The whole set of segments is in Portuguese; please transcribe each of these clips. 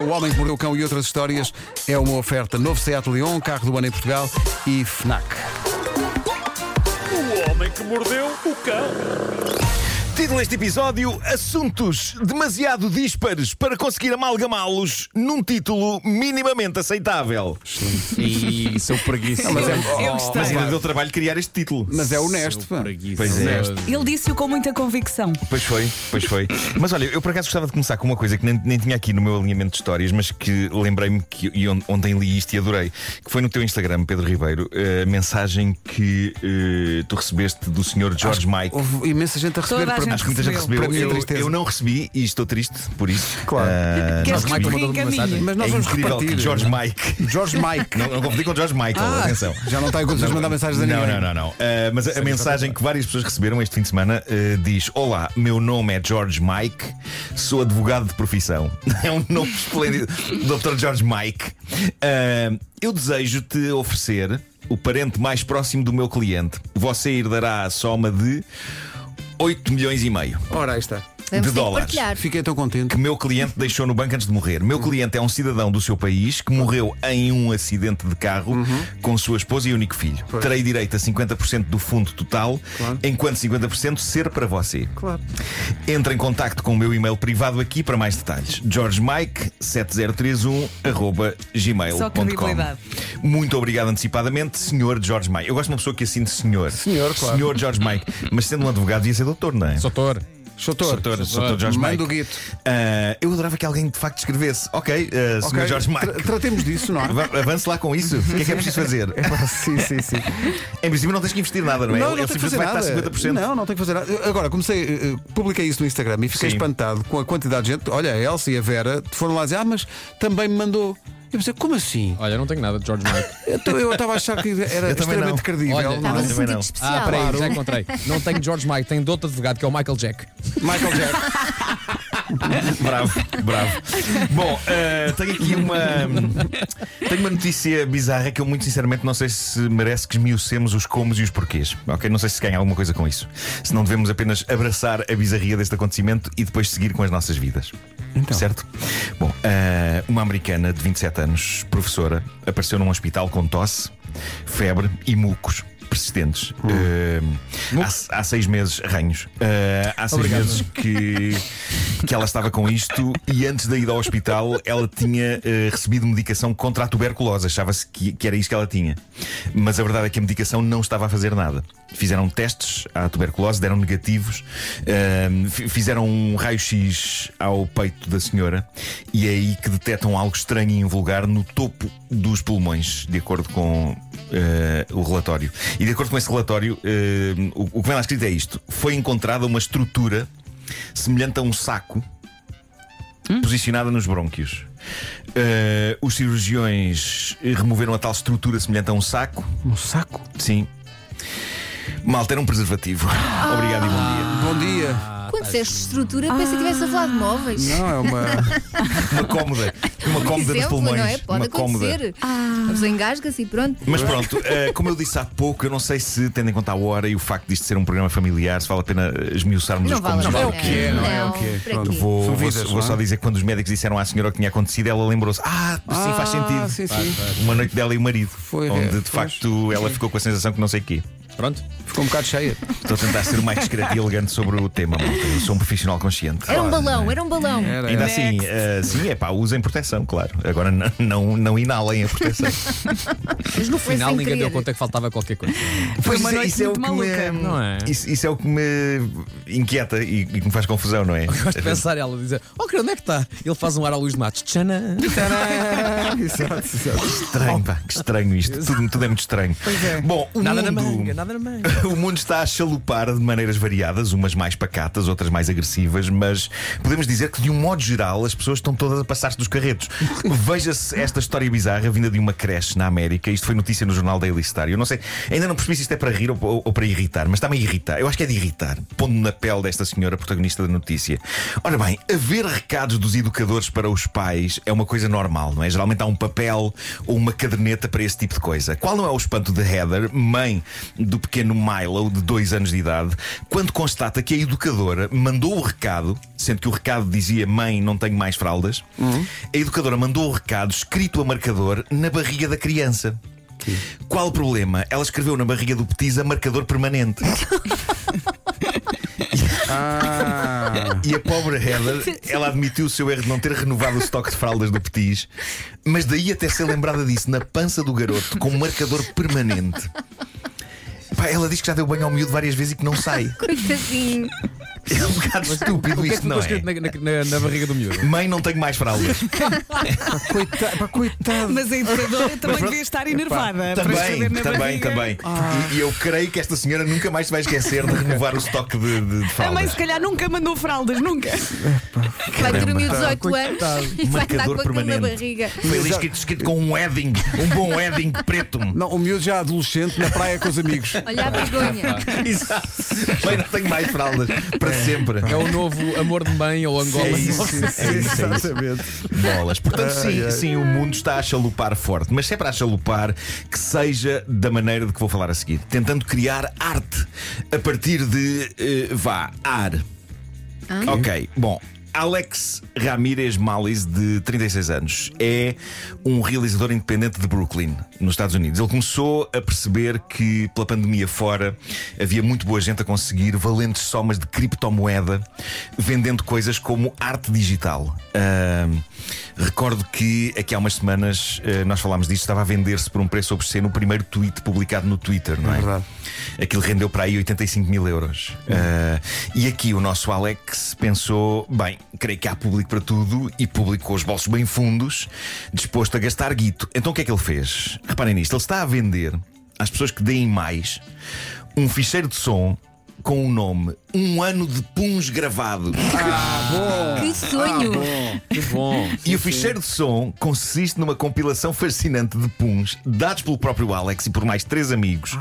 O Homem que Mordeu o Cão e outras histórias é uma oferta novo Seat Leon, carro do ano em Portugal e FNAC. O homem que mordeu o cão. Título deste episódio: Assuntos demasiado díspares para conseguir amalgamá-los num título minimamente aceitável. E seu preguiça. mas é- Eu Mas gostei. ainda deu trabalho criar este título. Mas é honesto, pá. Pois é. Ele disse-o com muita convicção. Pois foi, pois foi. Mas olha, eu por acaso gostava de começar com uma coisa que nem, nem tinha aqui no meu alinhamento de histórias, mas que lembrei-me que e on- ontem li isto e adorei. Que foi no teu Instagram, Pedro Ribeiro, eh, a mensagem que eh, tu recebeste do senhor George Mike. Houve imensa gente a receber Toda a para gente Acho que muita gente recebeu. recebeu. Para mim é Eu, tristeza. eu não recebi e estou triste por isso. Claro. é Ah, Queres não que recebi. te reencaminhe? Mas nós é vamos incrível repartir. que George Mike. George Mike. Ah, Não, não confundi com George Michael, atenção. Já não está em condições de mandar mensagens a é Não, ninguém. não, não, não. Ah, mas a, a mensagem que várias pessoas receberam este fim de semana ah, diz: Olá, meu nome é George Mike, sou advogado de profissão. É um nome esplêndido. Dr. George Mike. Ah, eu desejo-te oferecer o parente mais próximo do meu cliente. Você herdará a soma de 8 milhões e meio Ora, aí está. de Vamos ter que dólares. Tá. partilhar. Fiquei tão que contente. meu cliente deixou no banco antes de morrer. Meu cliente é um cidadão do seu país que morreu em um acidente de carro Uhum. com sua esposa e único filho. Terei direito a 50% do fundo total, enquanto 50% ser para você. Claro. Entre em contacto com o meu e-mail privado aqui para mais detalhes. Só credibilidade. georgemike7031@gmail.com. Muito obrigado antecipadamente, senhor George Mike. Eu gosto de uma pessoa que assine senhor. Senhor, claro. Senhor George Mike. Mas sendo um advogado, ia ser doutor, não é? Doutor. Soutor, Doutor, doutor Jorge manda Mike. o guito. Ah, eu adorava que alguém de facto escrevesse. Ok, uh, Ok? senhor Jorge Mike. Tra- Tratemos disso, não é? va- Avance lá com isso. O que é que é preciso fazer? Epá, sim, sim, sim. Em princípio, não tens que investir nada, não é? Não, Ele não tem que simplesmente fazer vai nada. estar 50%. Não, não tem que fazer nada. Eu, Agora, comecei, eh, eh, publiquei isso no Instagram e fiquei Sim. espantado com a quantidade de gente. Olha, a Elsa e a Vera foram lá dizer, ah, mas também me mandou. Eu pensei, como assim? Olha, eu não tenho nada de George Ah, Mike. Eu t- Eu estava a achar que era Eu também não. extremamente credível. Olha, não é? Estava a também não. sentir especial. Ah, peraí, já encontrei. Não tenho George Mike, tenho de outro advogado que é o Michael Jack. Michael Jackson. Bravo, bravo. Bom, ah, tenho aqui uma. Tenho uma notícia bizarra que eu, muito sinceramente, não sei se merece que esmiucemos os comos e os porquês. Ok? Não sei se ganha alguma coisa com isso. Se não devemos apenas abraçar a bizarria deste acontecimento e depois seguir com as nossas vidas. Certo? Bom, ah, uma americana de 27 anos, professora, apareceu num hospital com tosse, febre e mucos. Persistentes. Ah, há, há seis meses, ranhos. Ah, há seis Obrigado. meses que, que ela estava com isto e antes da ida ao hospital ela tinha eh, recebido medicação contra a tuberculose. Achava-se que, que era isso que ela tinha. Mas a verdade é que a medicação não estava a fazer nada. Fizeram testes à tuberculose, deram negativos, ehm, fi- fizeram um raio-x ao peito da senhora e é aí que detectam algo estranho e invulgar no topo dos pulmões, de acordo com eh, o relatório. E de acordo com esse relatório, ehm, o, o que vem lá escrito é isto: foi encontrada uma estrutura semelhante a um saco posicionada nos brônquios. Eh, os cirurgiões removeram a tal estrutura semelhante a um saco. Um saco. Sim. Malta era um preservativo. Ah. Obrigado e bom dia. Bom dia. Quando disseste estrutura, pensei que estivesse a falar de móveis. Não, é uma. Uma cómoda. Uma Por cómoda dos exemplo, pulmões. não é? Pode uma cómoda. acontecer. A pessoa engasga-se e pronto. Mas pronto, eh, como eu disse há pouco, eu não sei se, tendo em conta a hora e o facto disto ser um programa familiar, se vale a pena eh, esmiuçarmos os Não vale pontos a pena. é o que é, não é o que é. para Pronto, quê? Vou, São vou- vidas, vou não é? só dizer que quando os médicos disseram à senhora o que tinha acontecido, ela lembrou-se: Ah, sim, faz sentido. Sim, sim. Uma noite dela e o marido. Foi, é, onde de pois. facto ela ficou com a sensação que não sei o quê. Pronto? Ficou um bocado cheia. Estou a tentar ser o mais discreto e elegante sobre o tema, malta. Eu sou um profissional consciente. Era um balão, era um balão. Era. Ainda era. assim, eh, sim, é pá, usem proteção, claro. Agora n- não, não inalem a proteção. Mas no No final ninguém deu querer. conta que faltava qualquer coisa. Pois uma isso é- noite isso é o muito que me, maluca, não é? Isso, isso é o que me inquieta e, e que me faz confusão, não é? Gosto de pensar ela dizer, oh querido, onde é que está? Ele faz um ar à luz de matos. Tchana. Tcharam! Exato, exato. Estranho, pá, que estranho isto. Tudo, tudo é muito estranho. Bom, o Nada na mundo- manga, nada na manga. O mundo está a chalupar de maneiras variadas, umas mais pacatas, outras mais agressivas, mas podemos dizer que, de um modo geral, as pessoas estão todas a passar-se dos carretos. Veja-se esta história bizarra vinda de uma creche na América. Isto foi notícia no jornal Daily Star. Eu não sei, ainda não percebi se isto é para rir ou, ou- ou para irritar, mas está-me a irritar. Eu acho que é de irritar. Pondo na pele desta senhora protagonista da notícia. Ora bem, haver recados dos educadores para os pais é uma coisa normal, não é? Geralmente há um papel ou uma caderneta para esse tipo de coisa. Qual não é o espanto de Heather, mãe do pequeno Milo, de dois anos de idade, quando constata que a educadora mandou o recado, sendo que o recado dizia mãe, não tenho mais fraldas, a educadora mandou o recado escrito a marcador na barriga da criança. Qual o problema? Ela escreveu na barriga do Petiza marcador permanente. E a pobre Heather, ela admitiu o seu erro de não ter renovado o estoque de fraldas do Petis, mas daí até ser lembrada disso na pança do garoto com um marcador permanente. Pá, ela diz que já deu banho ao miúdo várias vezes e que não sai. Coitadinho. É um bocado estúpido O que é isto, que não ficou é? escrito na, na- na- na barriga do miúdo? Mãe, não tenho mais fraldas. Coitado, pá, coitado. Mas a educadora também devia estar enervada. É para Também, escrever na também, barriga. também. E, e eu creio que esta senhora nunca mais se vai esquecer de renovar o estoque de, de- de A mãe, fraldas. se calhar, nunca mandou fraldas, nunca. Vai ter o miúdo Caramba. 18 anos e vai estar com Marcador aquilo na permanente. barriga. Foi ali escrito, escrito com um edding, um bom edding preto. Não, o miúdo já adolescente na praia com os amigos. Olha a vergonha. Exato. Mãe, não tenho mais fraldas. Para sempre. É o novo amor de mãe ou Angola. É isso. É isso, é isso. Exatamente. Bolas. Portanto, sim, sim, o mundo está a chalupar forte, mas se é para chalupar, que seja da maneira de que vou falar a seguir, tentando criar arte a partir de eh, vá, ar. Ok, bom. Alex Ramírez Malis, de 36 anos, é um realizador independente de Brooklyn, nos Estados Unidos. Ele começou a perceber que, pela pandemia fora, havia muito boa gente a conseguir valentes somas de criptomoeda vendendo coisas como arte digital. Ahm, recordo que aqui há umas semanas eh, nós falámos disto, estava a vender-se por um preço obsceno o primeiro tweet publicado no Twitter, não é? Verdade. Aquilo rendeu para aí 85 mil euros. Ah, e aqui o nosso Alex pensou: bem, creio que há público para tudo e público com os bolsos bem fundos, disposto a gastar guito. Então o que é que ele fez? Reparem nisto: ele está a vender às pessoas que deem mais um ficheiro de som com o nome Um ano de puns gravados. Que sonho. Que bom. E o ficheiro de som consiste numa compilação fascinante de puns dados pelo próprio Alex e por mais três amigos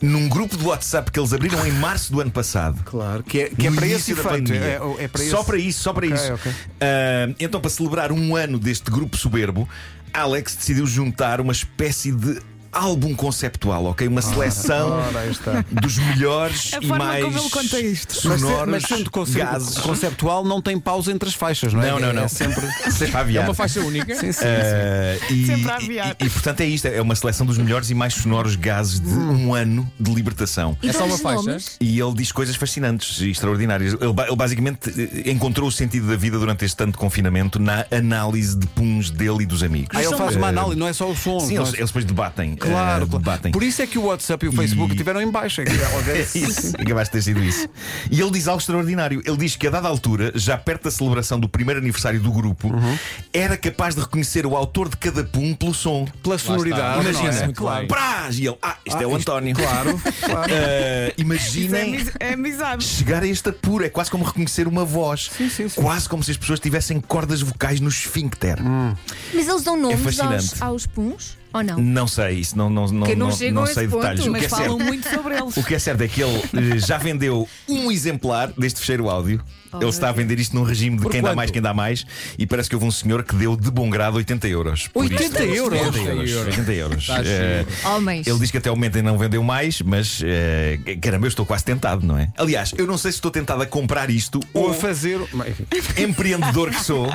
num grupo de WhatsApp que eles abriram em março do ano passado. Claro, que é, que é No para esse início da efeito. pandemia. É, é para só esse. para isso, só para Ok, isso. ok. Ah, então, para celebrar um ano deste grupo soberbo, Alex decidiu juntar uma espécie de álbum conceptual, ok? Uma seleção Ora, aí está. dos melhores A e forma mais como ele conta isto. Mas, se- sonoros, mas sendo conce- gases. conceptual, não tem pausa entre as faixas, não é? Não, não, não. É sempre. Sempre a É aviar. uma faixa única? Sim, sim. Eh, e, Sempre a e, aviar. e, portanto é isto, é uma seleção dos melhores e mais sonoros gases de Hum. um ano de libertação. E É só uma vários faixa? nomes? E ele diz coisas fascinantes e extraordinárias. Ele, ba- ele basicamente eh, encontrou o sentido da vida durante este tanto de confinamento na análise de puns dele e dos amigos. Aí ele faz uma Eh, análise, não é só o som. Sim, não eles, é- eles depois debatem. Claro, claro. eh, debatem. Por isso é que o WhatsApp e o Facebook E- tiveram em baixa. que era alguém- É isso, acabaste de ter sido isso. E ele diz algo extraordinário. Ele diz que a dada altura, já perto da celebração do primeiro aniversário do grupo, Uhum. era capaz de reconhecer o autor de cada pum pelo som. Pela sonoridade. está. não Imagina, é? muito claro. bem. Brás! E ele, ah, isto Ah, é o isto- António. Claro, claro. Ah, Isso é imaginem amiz- É amizade. chegar a este apuro. É quase como reconhecer uma voz. Sim, sim, sim. Quase como se as pessoas tivessem cordas vocais no esfíncter. Mas eles dão nomes aos, fascinante. aos puns? Ou não? Não sei isso, não, não, não, Que não não, chegam não a sei esse ponto, detalhes. o, Mas que é falam certo, muito sobre eles. o que é certo é que ele eh, já vendeu um exemplar deste fecheiro áudio. Oh, ele está a vender isto num regime de Por quem dá quanto? mais, quem dá mais. E parece que houve um senhor que deu de bom grado 80 euros. Por 80 euros? 80 euros. 80 euros. Tá Eh, Homens. Ele diz que até o momento ainda não vendeu mais, mas eh, caramba, eu estou quase tentado, não é? Aliás, eu não sei se estou tentado a comprar isto Ou ou, a fazer. Mas, enfim. empreendedor que sou.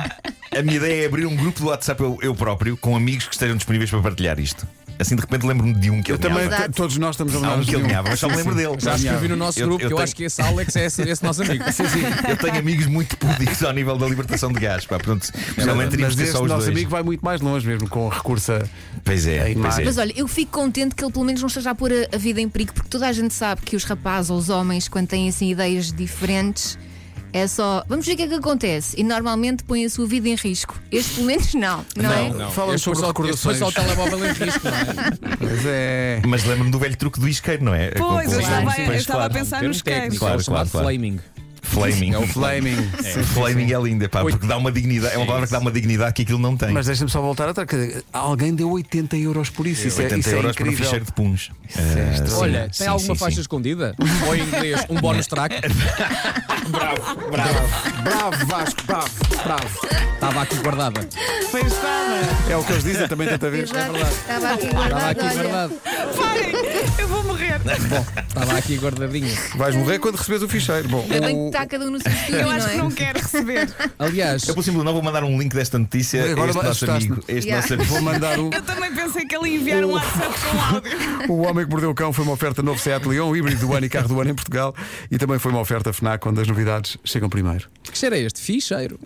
A minha ideia é abrir um grupo do WhatsApp eu, eu próprio, com amigos que estejam disponíveis para partilhar isto. Assim de repente lembro-me de um que Eu ele também, Exato. t- todos nós estamos a Há lembrar um de que ele um. mas só me lembro dele. Já escrevi no nosso Eu- grupo eu que eu tenho- acho que esse Alex é esse, esse nosso amigo. Sim, sim. Eu tenho amigos muito pudidos ao nível da libertação de gás. Pá. Portanto, É Mas realmente teríamos de ter este só os nosso dois. amigo vai muito mais longe mesmo com recurso a. Pois é, Aí pois mais. é. Mas olha, eu fico contente que ele pelo menos não esteja a pôr a, a vida em perigo, porque toda a gente sabe que os rapazes ou os homens, quando têm assim ideias diferentes, é só vamos ver o que é que acontece. E normalmente põem a sua vida em risco. Este pelo menos não, não, é? Não. Fala-nos Este foi sobre só- este Foi recordações. só o telemóvel em risco, não é? Pois é. Mas lembro-me do velho truque do isqueiro, não é? Com- Pois, com os eu um estava, nomes, eu pois, estava a claro. pensar Termo nos queijos. técnico, é o Claro, claro, chamado claro. flaming. Flaming. É o flaming. É, flaming é lindo, pá, porque dá uma dignidade, é uma palavra que dá uma dignidade que aquilo não tem. Mas deixa-me só voltar atrás. quer dizer, Alguém deu 80 euros por isso. Isso, 80 é, isso é euros para um incrível. ficheiro de puns. é Ah, extraordinário. sim, Olha, sim, tem alguma sim, faixa sim. escondida? Ou em inglês, um bónus track? Bravo, bravo, bravo, Vasco, bravo, bravo. Estava aqui guardada. Foi estada. É o que eles dizem também tanta vez. um Exato. Estava aqui Estava guardado, aqui olha. guardada. é Parem, eu vou morrer. Estava aqui guardadinha. Vais morrer quando receberes o ficheiro. Bom, Ainda bem que o- está cada um no seu estúdio, Eu acho que não não é? quero receber. Aliás, Eu, por simples, não vou mandar um link desta notícia a Agora este nosso assustaste-me. amigo. Este Yeah. nosso amigo. vou mandar o. Eu também pensei que ele ia enviar um WhatsApp com áudio. O Homem que Mordeu o Cão foi uma oferta novo Seat Leon, híbrido do ano e carro do ano em Portugal. E também foi uma oferta FNAC, onde as novidades chegam primeiro. que cheiro é este? Ficheiro.